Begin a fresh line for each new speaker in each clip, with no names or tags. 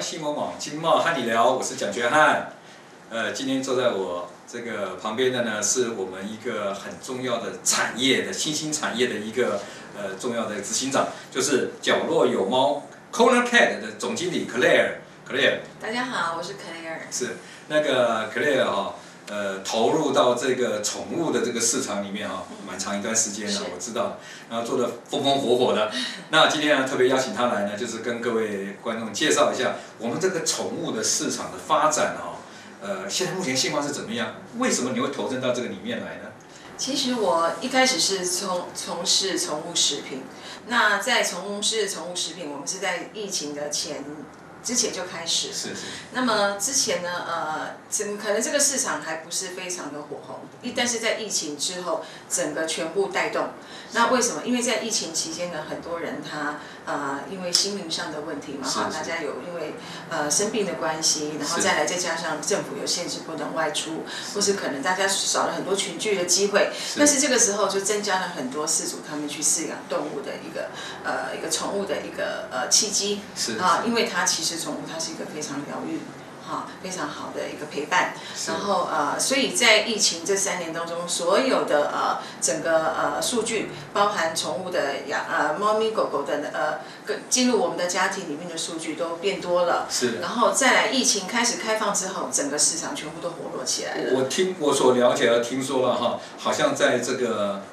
西某某，经贸和你聊，我是蒋学汉。呃，今天坐在我这个旁边的呢，是我们一个很重要的产业的新兴产业的一个呃重要的执行长，就是角落有猫 Corner Cat 的总经理 Claire。Claire
大家好，我是 Claire。
是那个 Claire 哈、呃，投入到这个宠物的这个市场里面哈、蛮长一段时间了
是，
我知道，然后做的风风火火 的。那今天呢，特别邀请他来呢，就是跟各位观众介绍一下我们这个宠物的市场的发展哈、呃，现在目前现况是怎么样？为什么你会投身到这个里面来呢？
其实我一开始是从从事宠物食品，那在从事宠物食品，我们是在疫情的前之前就开始。
是是
那么之前呢，呃，整可能这个市场还不是非常的火红，一但是在疫情之后，整个全部带动。那为什么？因为在疫情期间呢，很多人他呃，因为心灵上的问题嘛，
是
哈，
是
大家有因为呃生病的关系，然后
是
再来再加上政府有限制不能外出，或是可能大家少了很多群聚的机会，但是这个时候就增加了很多饲主他们去饲养动物的一个呃一个宠物的一个呃契机。
是
啊，因为它其实宠物它是一个非常疗愈，哈、非常好的一个陪伴。
是
然后呃，所以在疫情这三年当中，所有的呃整个呃数据，包含宠物的养呃猫咪狗狗的呃跟进入我们的家庭里面的数据都变多了。
是。
然后再来，疫情开始开放之后，整个市场全部都活络起来了。
我听我所了解和听说了哈，好像在这个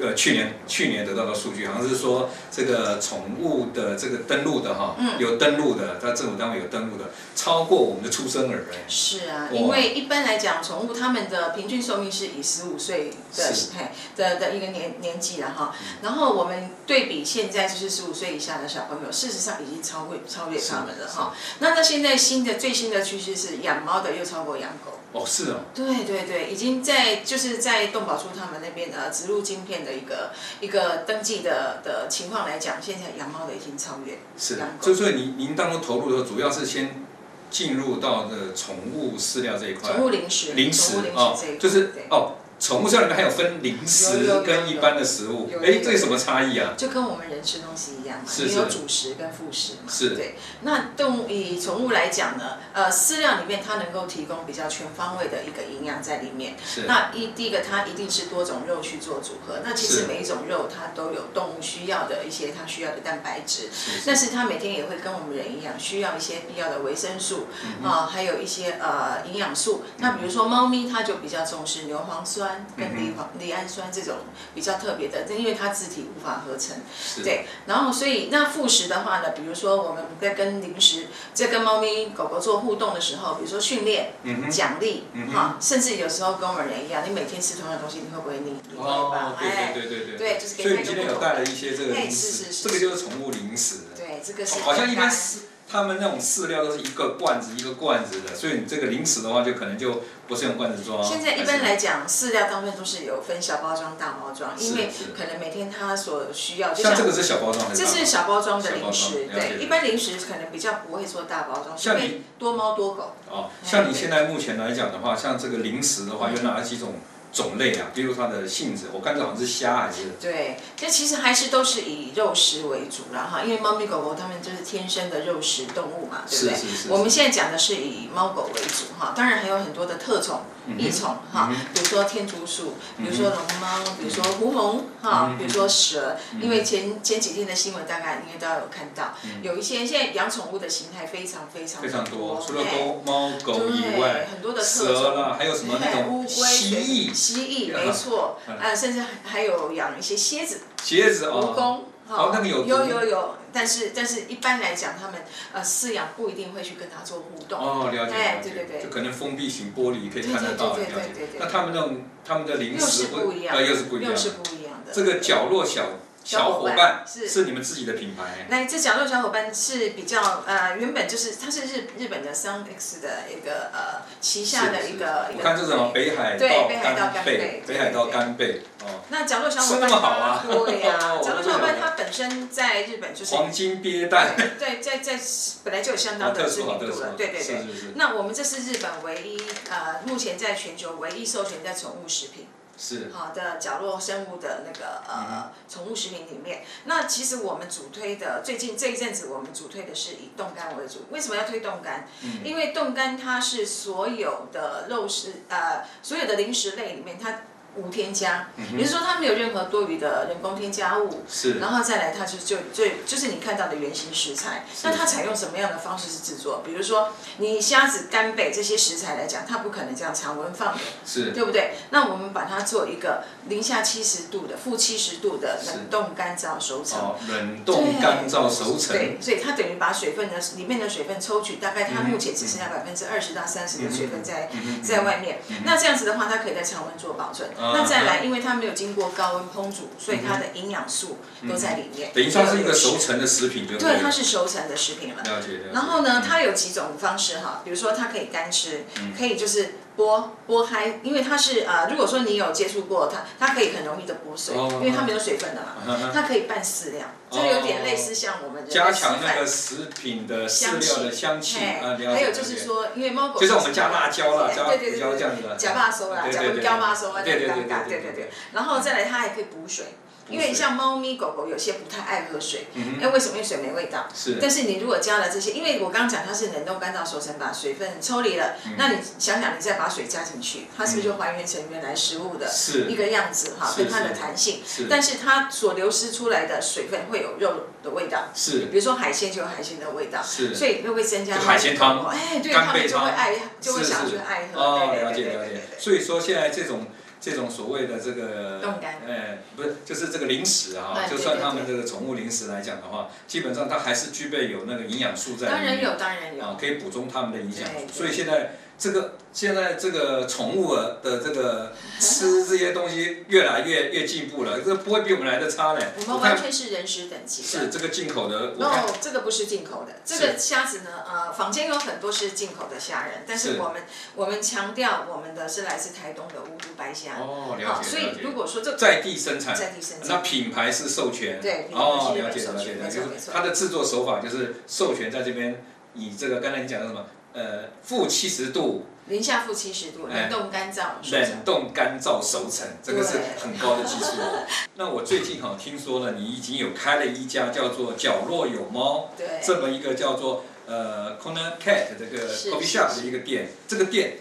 呃去年去年得到的数据，好像是说这个宠物的这个登录的哈，
嗯
有登录的，它政府单位有登录的，超过我们的出生儿哎，
是啊，
哇
因为一般来讲，宠物它们的平均寿命是以十五岁的
是
嘿的的一个年年纪了哈。然后我们对比现在就是十五岁以下的小朋友，事实上已经超越超越他们了哈。那那现在新的最新的趋势是养猫的又超过养狗。
哦是哦，
对对对，已经在就是在动保处他们那边呃植入晶片的一个一个登记的的情况来讲，现在养猫的已经超越
是
养，狗
就。是您您当初投入的时候，主要是先进入到的宠物饲料这一块，
宠物零食，
零
宠
食
物零
哦
食这一，
就是
对
哦，宠物饲料里面还有分零食
有有有
跟一般的食物
有，有
哎
有，
这有什么差异啊？
就跟我们人吃东西一样嘛，
是
也有
是
主食跟副食嘛。
是
对。那动物以宠物来讲呢，呃，饲料里面它能够提供比较全方位的一个营养在里面。
是
那一第一个，它一定是多种肉去做组合。那其
是
实每一种肉它都有动物需要的一些它需要的蛋白质，
是
但是它每天也会跟我们人一样需要一些必要的维生素
嗯
啊、还有一些呃营养素。那比如说猫咪，它就比较重视牛磺酸跟
嗯
离磺离氨酸这种比较特别的，因为它自体无法合成。
是
对，然后所以那副食的话呢，比如说我们在跟零食，在跟猫咪、狗狗做互动的时候，比如说训练、
嗯哼
奖励
嗯，哼
哈、甚至有时候跟我们人一样，你每天吃同样的东西，你会不会腻？你会吧
哦，？对
哎，
对对对
对就是给
所以你
它一
今
个
天
不
有
同
带了一些这个
哎
零
是
食，
是是
这个就是宠物零食。
对，这个是
好像一般
大概
饲他们那种饲料都是一个罐子一个罐子的，所以你这个零食的话，就可能就不是用罐子装。
现在一
啊还
般
是
来讲，饲料大部分都是有分小包装、大包装，
是
因为
是
可能每天它所需要，就
像这啊个是小包装还
这
是大包装？
是小包装的
小包
零
装
食，
了解了
对，一般零食可能比较不会说大包装，
像
因
你
为多猫多狗。
哦，像你现在目前来讲的话，像这个零食的话，有哪几种种类啊？比如它的性质，我看这好像是虾还是？
对，这其实还是都是以肉食为主啦哈，因为猫咪狗狗它们就是天生的肉食动物嘛，对不对？
是是是是
我们现在讲的是以猫狗为主哈，当然还有很多的特宠、异宠
嗯
哈，比如说天竺鼠，比如说龙猫，比如说狐獴哈，
嗯
比如说蛇。因为前前几天的新闻大概应该大家有看到，有一些现在养宠物的形态非常非
嗯
常
非常多，除了
哎
狗、猫、狗以
对
外，
很多的特
蛇
种
啦，还有什么那
对乌
种
龟、
蜥蜴、 嗯
蜥蜴没错，啊，甚至还有养一些蝎子。
蝎子
蜈
哦，
蚣，
哦那个有毒
有有有，但是但是一般来讲，他们呃饲养不一定会去跟它做互动。
哦，了解，
哎
了解
对对对
就可能封闭型玻璃可以看得到，了
对对对
解
对对。对
那他们那种他们的零
又
食
是
会
不一样，
呃又是不一样
又。是不一样的。
这个角落小小
小
伙
伙
伴
伴是
是你们自己的品牌，
那这角落小伙伴是比较呃，原本就是它是日日本的 Sun X 的一个呃旗下的
是
一个
是
一
我
个。
看这种北海
对
道
北海道
干
干
贝
贝，
北海道
对对对
干贝哦，
那角落小伙
吃那
伴
么好啊
它对 呀、
哦
角落小伙伴它本身在日本就是
黄金鳖蛋，
对在在本来就有相
好
当
啊特
的知
殊，
名
好特
度
殊
了，，对对对
是。是是。
那我们这是日本唯一呃，目前在全球唯一授权在宠物食品。
是
好的角落生物的那个呃宠物食品里面。那其实我们主推的最近这一阵子，我们主推的是以冻干为主。为什么要推冻干？因为冻干它是所有的肉食呃所有的零食类里面它。无添加，也就是说它没有任何多余的人工添加物，
是
然后再来，它就就最就是你看到的原型食材。那它采用什么样的方式去制作？比如说，你虾子、干贝这些食材来讲，它不可能这样常温放的，
是
对不对？那我们把它做一个零下七十度的、负七十度的冷冻干燥熟成。
哦，冷冻干燥熟成，
对，所以它等于把水分的里面的水分抽取，大概它目前只剩
嗯
下百分之二十到三十的水分在、在外面。那这样子的话，它可以在常温做保存。
嗯
那再来，因为它没有经过高温烹煮，所以它的营养素都在里面。
嗯等于算是一个熟成的食品，对不
对，它是熟成的食品了。
了解了解。
然后呢，它有几种方式哈，比如说它可以干吃，
嗯
可以就是剥剥开，因为它是呃，如果说你有接触过它，它可以很容易的剥碎，
哦
因为它没有水分的
嗯
嘛，它可以拌饲料，就有点类似像我们人
哦加
的吃
强那
饭
个。食品的饲料的香气啊，
嘿
了解。
哎还有就是说，因为猫狗
就是我们加辣椒啦加
对对对
胡椒
对
这样子的
加辣椒啦，
对
加
对对
椒麻椒啊，
对对对
这样
对对对
对对
对
对。然后再来，它还可以补水，因为像猫咪狗狗有些不太爱喝水，
嗯
因为为什么？因为水没味道。
是
但是你如果加了这些，因为我刚刚讲它是冷冻干燥熟成，把水分抽离了，
嗯
那你想想，你再把水加进去，它是不是就还原成原来食物的
是
一个样子哈，
是
跟它的
是
弹性
是？
但是它所流失出来的水分会有肉的味道，
是
比如说海鲜就有海鲜的味道，
是
所以就会增加
就海鲜汤
哎，对，
干
他
贝
们就
汤
会爱，就会
是
想
是
去爱喝，
哦，
对
了
对
解
对
了
对
解
对。对。
所以说现在这种这种所谓的这个
冻干
哎，不是就是这个零食啊，
哎
就
对
算
对
他们这
对
个宠物零食来讲的话，基本上它还是具备有那个营养素在里面。
当然有，当然
啊
有，，
可以补充他们的影响
对。对
所以现在这个现在这个宠物儿的这 个吃这些东西越来越越进步了，这不会比我们来的差嘞。
我
我
们完
看
全是人食等级的
是。这个进口的，我看
哦，这个不是进口的，这
是
个虾子呢，呃，坊间有很多是进口的虾仁，但
是
是我们我们强调我们的是来自台东的无毒白虾。
哦，
好，
了解
所
了
以
解
如。果说这
在地生产，
在地生产
那品牌是授权，
对品牌
哦，
是
了解
授
了解
权
了
没
解，
错
就是
没错
它的制作手法就是授权在这边，以这个刚才你讲的什么，呃，负七十度
零下负七十度，
哎
冷冻干燥，是不
冷
是
冻干燥熟成，这个是
对
很高的技 术哦。那我最近好像听说了，你已经有开了一家叫做“角落有猫”
对，
这么一个叫做呃 Corner Cat 这个
是
coffee
是
shop 的一个店，这个店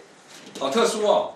好特殊哦。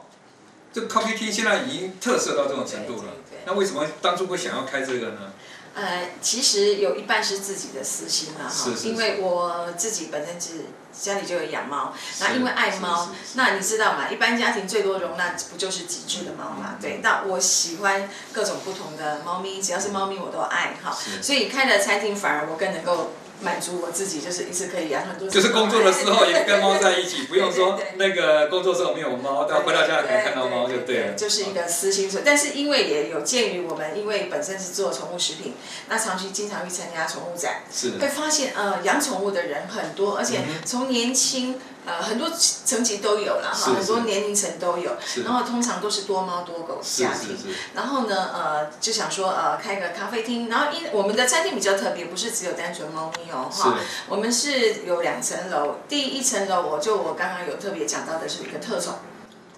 这个 coffee tea 现在已经特色到这种程度了
对对对，
那为什么当初会想要开这个呢？
呃，其实有一半是自己的私心了哈
是是，
因为我自己本身是家里就有养猫，那因为爱猫
是是，是
那你知道嘛，一般家庭最多容纳不就是几只的猫
嗯
嘛？对，那我喜欢各种不同的猫咪，只要是猫咪我都爱哈，
是
所以开了餐厅反而我更能够满足我自己，就是一次可以养很多只
就
猫。
是工作的时候也跟猫在一 起，不用说
对对
那个工作时候没有猫，但回到家了可以看到猫就
哎对
了。
就是一个私心所，但是因为也有鉴于我们，因为本身是做宠物食品，那长期经常去参加宠物展，
啊是
会发现呃养宠物的人很多，而
嗯
且从年轻呃很多层级都有了
是
哈，很多
是
年龄层都有
是，
然后通常都是多猫多狗
是
家
是
庭，
是，
然后呢，呃，就想说，呃，开个咖啡厅。然后因我们的餐厅比较特别，不是只有单纯猫咪哦，哈
是，
我们是有两层楼。第一层楼，我就我刚刚有特别讲到的是一个特种，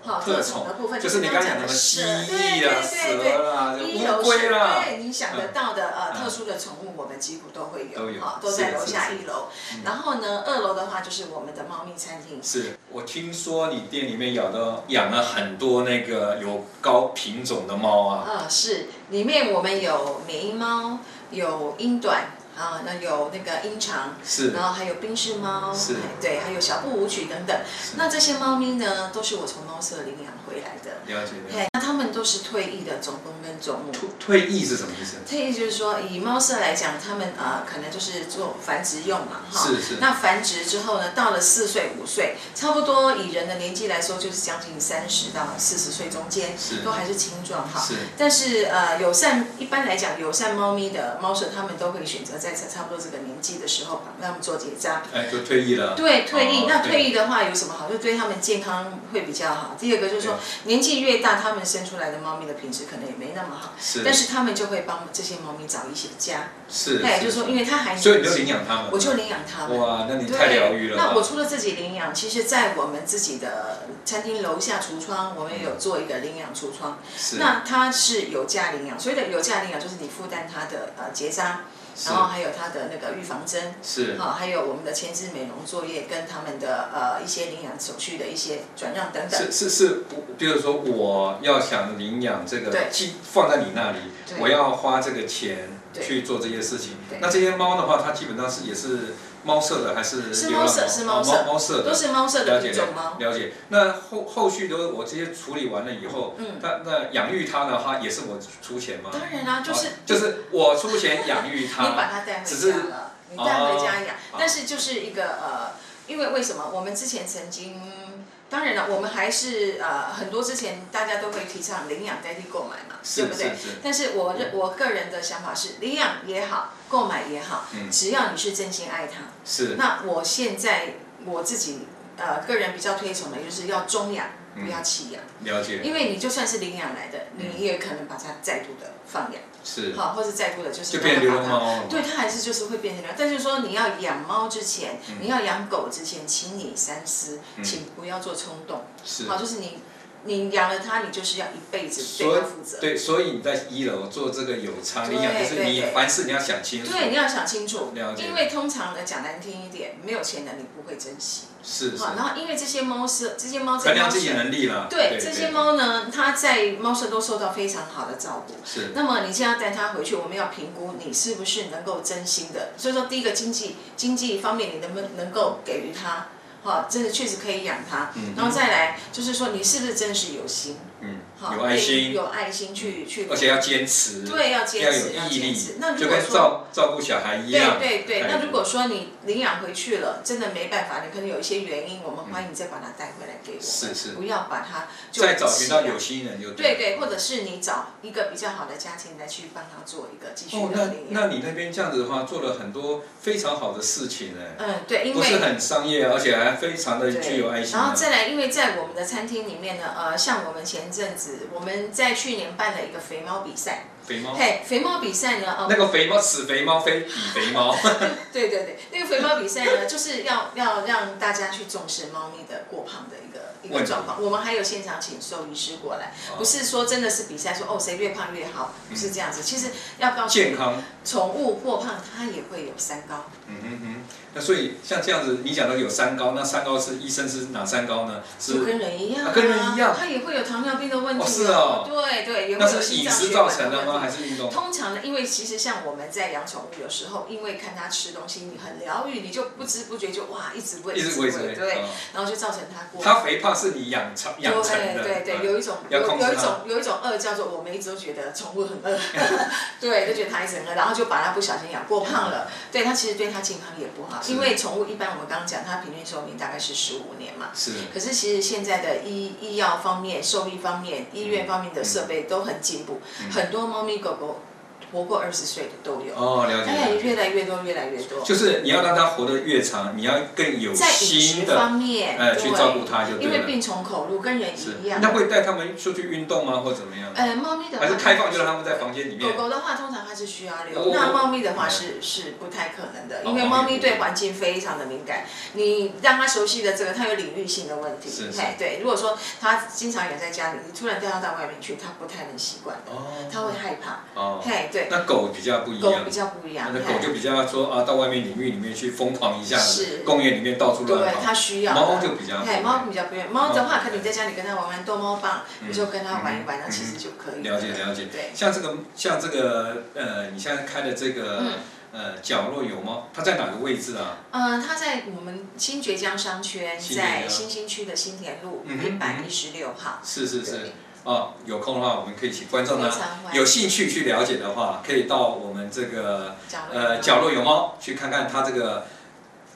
哈，
特
特
种
种的部分
就是你刚
刚
刚讲
讲
的
的
蜥蜴
蛇，
啊、
对对对
蛇啦、
对，一
乌
楼是
龟啊啦，
对你想得到的呃
嗯
特殊的宠物，我们几乎都会
都有
有，哈，都
是
在楼
是
下
是嗯
一楼。然后呢，二楼的话就是我们的猫咪餐厅，
是我听说你店里面养的养了很多那个有高品种的猫啊，
嗯，是，里面我们有缅因猫，有英短啊，那有那个英长，
是
然后还有冰室猫，哎
是
对，还有小布舞曲等等。那这些猫咪呢，都是我从猫舍领养回来的。
了解了解。
嘿，那它们都是退役的种公跟种母。
退退役是什么意思？
退役就是说，以猫舍来讲，它们呃可能就是做繁殖用嘛，哈。
是是
那繁殖之后呢，到了四岁五岁，差不多以人的年纪来说，就是将近三十到四十岁中间
是，
都还是青壮哈。
是
但是呃，友善一般来讲，友善猫咪的猫舍他们都会选择在差差不多这个年纪的时候吧，让他们做结扎。
哎，就退役了。
对，退
哦
役。那退役的话有什么好？就对他们健康会比较好。第二个就是说
对，
年纪越大，他们生出来的猫咪的品质可能也没那么好，
是
但是他们就会帮这些猫咪找一些家。
是，
对，就是说，因为他还
所以你就领养他哦们，
我就领养他们。
哇，那你
对，
太疗愈了吧。
那我除了自己领养，其实，在我们自己的餐厅楼下橱窗，我们也有做一个领养橱窗。
是
那它是有价领养，所谓的有价领养就是你负担它的呃结扎，
是
然后还有它的那个预防针，
是
好、还有我们的前置美容作业跟他们的呃一些领养手续的一些转让等
是
等。
是是，我比如说我要想领养这个
对，
寄放在你那里，
对
我要花这个钱
对
去做这些事情
对。
那这些猫的话，它基本上是也是猫舍的还是
是
流浪
猫舍
猫
是
哦
猫
猫猫
舍
舍的
都是猫舍的
了解
品种猫，
了解。那后后续都我这些处理完了以后，
嗯
那那养育它呢，它也是我出钱吗？
当然啦、就是、
哦就是我出钱养育
你把
它，
它带回
只是
家了，你带回家养。
哦
但是就是一个呃，因为为什么我们之前曾经，当然了，我们还是呃很多之前大家都会提倡领养代替购买嘛，
是
对不对？
是嗯是
但是我认我个人的想法是，领养也好，购买也好，
嗯
只要你是真心爱它，
是
那我现在我自己呃个人比较推崇的就是要中养，不要弃养，
了解，
因为你就算是领养来的，
嗯
你也可能把它再度的放养，
是
好，或者再度的就是
就变流
让
浪
它
猫了。
对，它还是就是会变成那样。但是说你要养猫之前，你要养狗之前，请你三思，
嗯
请不要做冲动。
是
好，就是你你养了它，你就是要一辈子
所
对
以
它负责。
对，所以你在一楼做这个有偿领养，
对
就是你
对对
凡事你要想清楚。
对，你要想清楚
了，解
因为通常呢，讲难听一点，没有钱的你不会珍惜。
是是
好，，然后因为这些猫是这些猫
衡
在
量
猫
自己的
舍，
能力了。
对这些猫呢，它在猫舍都受到非常好的照顾。
是
那么你现在带它回去，我们要评估你是不是能够真心的。所以说，第一个经济经济方面，你能不能能够给予它，好，真的确实可以养它。
嗯
然后再来就是说，你是不是真是有心，
嗯，
好，
有爱
可以
心，
有爱心去去，
而且要坚持，
对要
要
坚
有
持，要
毅
坚
力
持。那，如
就
果
跟
说
照照顾小孩一
对
样。
对对，
哎
那如果说你领养回去了，真的没办法，你可能有一些原因，我们欢迎你再把它带回来给我们，
是是
不要把它就
再找寻到
弃养
有心人就
对
了。
对，或者是你找一个比较好的家庭来去帮他做一个继续
哦，
的
那
领养。
那你那边这样子的话，做了很多非常好的事情哎，
嗯，对，因
不是
为。
很商业，而且还非常的具有爱
对，
心
然后
啊。
再来，因为在我们的餐厅里面呢，呃，像我们前阵子，我们在去年办了一个肥猫比赛，
肥猫，
嘿，肥猫比赛呢，呃，
哦那个肥猫，死肥猫非比肥猫，
对对对，那个肥猫比赛呢， 就是要要让大家去重视猫咪的过胖的一个一
问
个
题哦
状况。我们还有现场请兽医师过来，不是说真的是比赛说哦谁越胖越好，不是这样子。其实要告
嗯
诉
健
你，
康。
宠物过胖它也会有三高，
嗯哼哼，那所以像这样子，你讲到有三高，那三高是医生是哪三高呢？
就是跟人一样、
啊
啊，
跟人一样
它也会有糖尿病的问题、
哦是哦
对对，也会
那是
有心
饮
脏
食
血
造
管
成
的
的吗？
问
还
题。
是运动？
通常呢，因为其实像我们在养宠物，有时候因为看它吃东西，你很疗愈，你就不知不觉就哇一直喂，
一直维持
喂，对，然后就造成它过
它肥胖是你养成养成的，
对对对，有一种
要
有
控制
有一
它
种有一种饿叫做我们一直都觉得宠物很饿，对，就觉得它一直很饿，然后就把它不小心养过胖了，对它其实对它健康也不好，
是
因为宠物一般我们刚刚讲它平均寿命大概是十五年嘛。
啊是
可是其实现在的医医药方面、兽医方面、医院方面的设备都很进步，
嗯
很多猫咪狗狗活过二十岁的都有，
哦，了解
哎，
了解，
越来越多，越来越多。
就是你要让它活得越长，你要更有
在饮
心
食
的
方面，
呃
对
去照顾它就对
因为
了。
病从口入，跟人
是
一样，。
那会带它们出去运动吗，或怎么样？
呃，猫咪的话
还是开放就让它们在房间里
狗
面？
狗的话，通常它是需要
哦
遛，那猫咪的话是是不太可能的，
哦
因为
猫
猫
咪
咪对环境非常的敏感，你让它熟悉的这个，它有领域性的问题。
是是
嘿对，如果说它经常养在家里，你突然带它到外面去，它不太能习惯，它
哦
会害怕。
哦，
嘿，对，
那狗比较不一
狗
样
比。较不一样，
那
嘿
狗就比较说啊，到外面领域里面去疯狂一下子
是，
公园里面到处乱
对
跑。
它需要的。
猫就比较不一
嘿，
样
猫比较不愿。猫的
猫
话，可能你在家里跟它玩玩逗猫棒，
嗯
你就跟它玩一玩，
嗯
那其实就可以
了解了解
对，
像这个像这个呃，你现在开的这个、
嗯
呃角落有猫，它在哪个位置啊？
嗯，它在我们新爵江商圈，
新爵江
在新兴区的新田路
嗯
一
哼
百一十六号。
是是是
啊对，
哦，有空的话我们可以请观众呢
非常欢迎
有兴趣去了解的话，可以到我们这个
角落
呃角落有猫去看看它这个。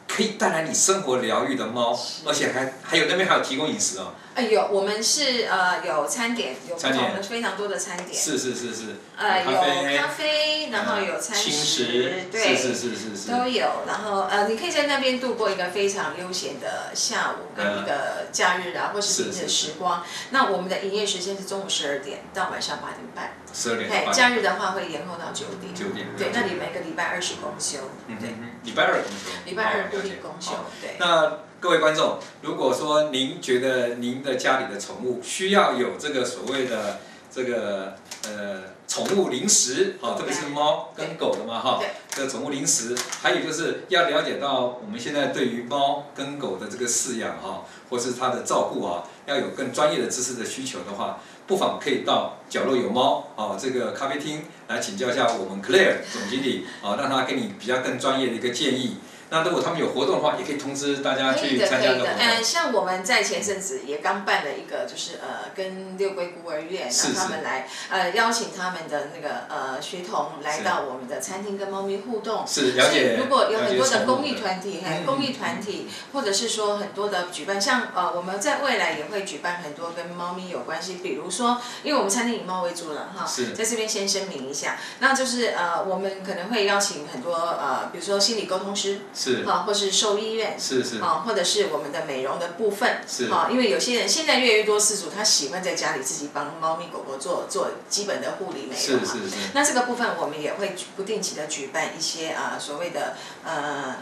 可以带来你生活疗愈的猫
是，
而且还还有那边还有提供饮食哦，
呃，有我们是呃有餐点，有不
餐点
同的非常多的餐点，
是是是是，
呃
咖啡啊
有咖啡，然后有餐
轻
食
食，，
对，
是是是是是，
都有，然后呃，你可以在那边度过一个非常悠闲的下
嗯
午跟一个假日啊，或是平日的时光。那我们的营业时间是中午十二点到晚上八点半，
十二点到
对，
八
假
点
日的话会延后到九点。
九点，
对，那你每个礼拜二是公休，
嗯
对，
嗯礼拜二公休，
礼拜二固定
好
公
了解
休
好，
对。
那各位观众，如果说您觉得您的家里的宠物需要有这个所谓的这个呃宠物零食，哦，特别是猫
对
跟狗的嘛哈
对，
这个宠物零食，还有就是要了解到我们现在对于猫跟狗的这个饲养哈，或是它的照顾啊，要有更专业的知识的需求的话。不妨可以到角落有猫哦这个咖啡厅来请教一下我们 Claire 总经理哦，让他给你比较更专业的一个建议。那如果他们有活动的话，也可以通知大家
可以
去
的，
参
可
加
以
这个
的
活。
嗯，
动。
像我们在前阵子也刚办了一个，就是呃，跟六龟孤儿院，
是
让他
是
们来呃邀请他们的那个呃学童来
是
到我们的餐厅跟猫咪互动，
是了
所
解。
以如果有
了解
很多
宠
的
物
公益团体，
嗯
还有公益团体，或者是说很多的举办，像呃，我们在未来也会举办很多跟猫咪有关系，比如说，因为我们餐厅以猫为主了哈
是，
在这边先声明一下，那就是呃，我们可能会邀请很多呃，比如说心理沟通师
是
啊，或是兽医院。
是是
啊，或者是我们的美容的部分，
是
啊，因为有些人现在越来越多饲主，他喜欢在家里自己帮猫咪狗狗做做基本的护理美容
是
嘛，
是是
那这个部分我们也会举不定期的举办一些呃所谓的呃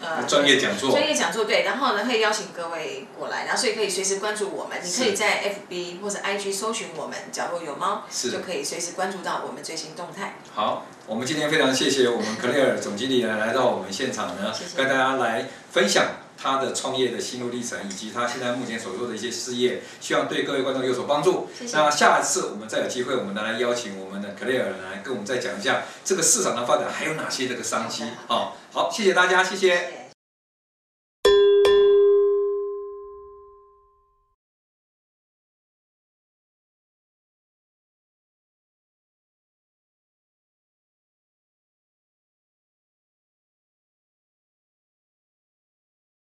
呃
专业讲座
专，业讲座，对，然后呢会邀请各位过来，然后所以可以随时关注我们，你
是
可以在 FB 或者 IG 搜寻我们，角落有猫，
是
就可以随时关注到我们最新动态。
好，我们今天非常谢谢我们克莱尔总经理呢来到我们现场呢
谢，谢
跟大家来分享他的创业的心路历程，以及他现在目前所做的一些事业，希望对各位观众有所帮助。
谢谢
那下次我们再有机会，我们来邀请我们的克莱尔来跟我们再讲一下这个市场的发展还有哪些这个商机。
好的
好，好，谢谢大家，谢谢
谢谢